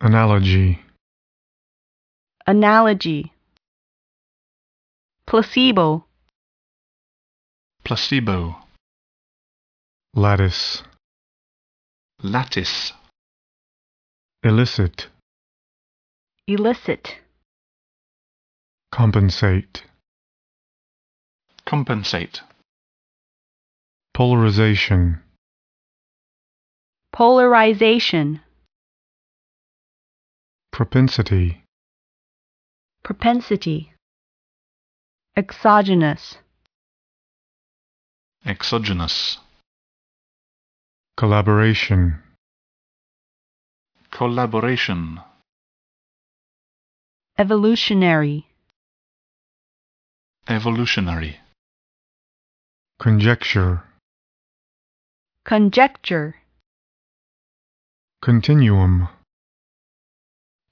Analogy. analogy, placebo, placebo, Lattice. lattice, Elicit. illicit, Compensate. compensate, Polarization. polarization, Propensity. propensity, exogenous, exogenous, Collaboration. collaboration, evolutionary, evolutionary, Conjecture. conjecture, Continuum.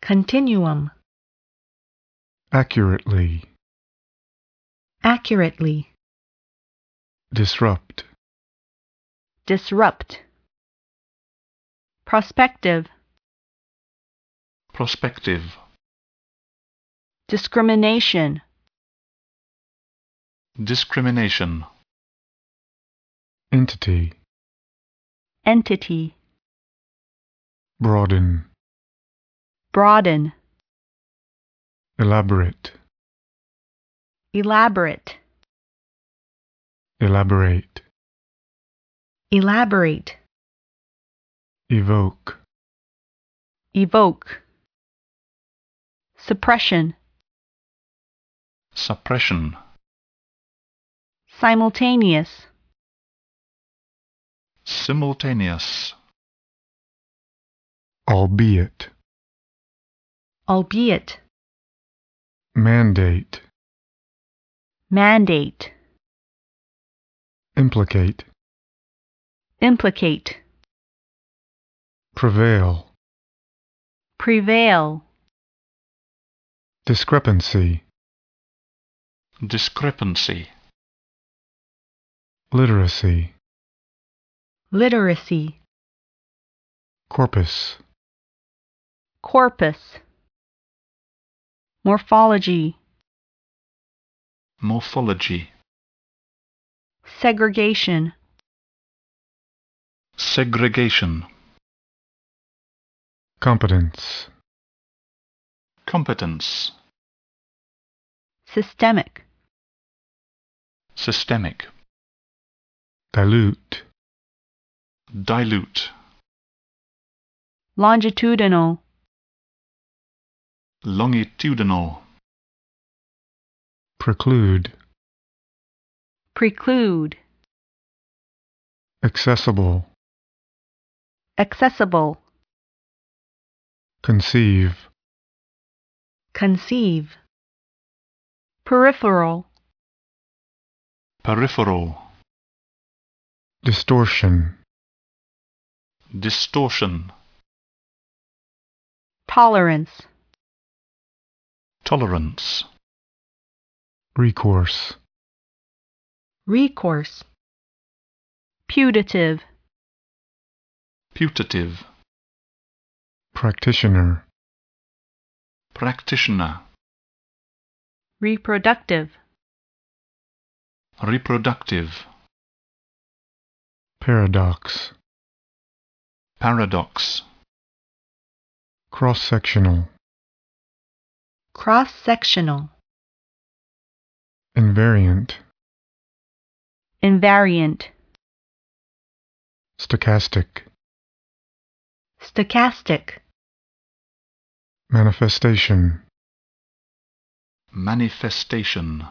continuum, Accurately. accurately, Disrupt. disrupt, prospective, prospective, discrimination, discrimination, Entity. entity, Broaden. broaden, Elaborate. elaborate, Elaborate. elaborate, Evoke. evoke, suppression, suppression, simultaneous, simultaneous, Albeit. albeit, Mandate. mandate, Implicate. implicate, Prevail. prevail, Discrepancy. discrepancy, Literacy. literacy, Corpus. corpus, morphology, morphology, segregation, segregation, Competence. competence, systemic, systemic, Dilute. dilute, longitudinal, longitudinal, Preclude. preclude, Accessible. accessible, Conceive. conceive, peripheral, peripheral, Distortion. distortion, tolerance, tolerance, Recourse. recourse, putative, putative, Practitioner. practitioner, reproductive, reproductive, Paradox. paradox, Cross sectional. cross sectional, Invariant. invariant, Stochastic. stochastic, Manifestation. manifestation,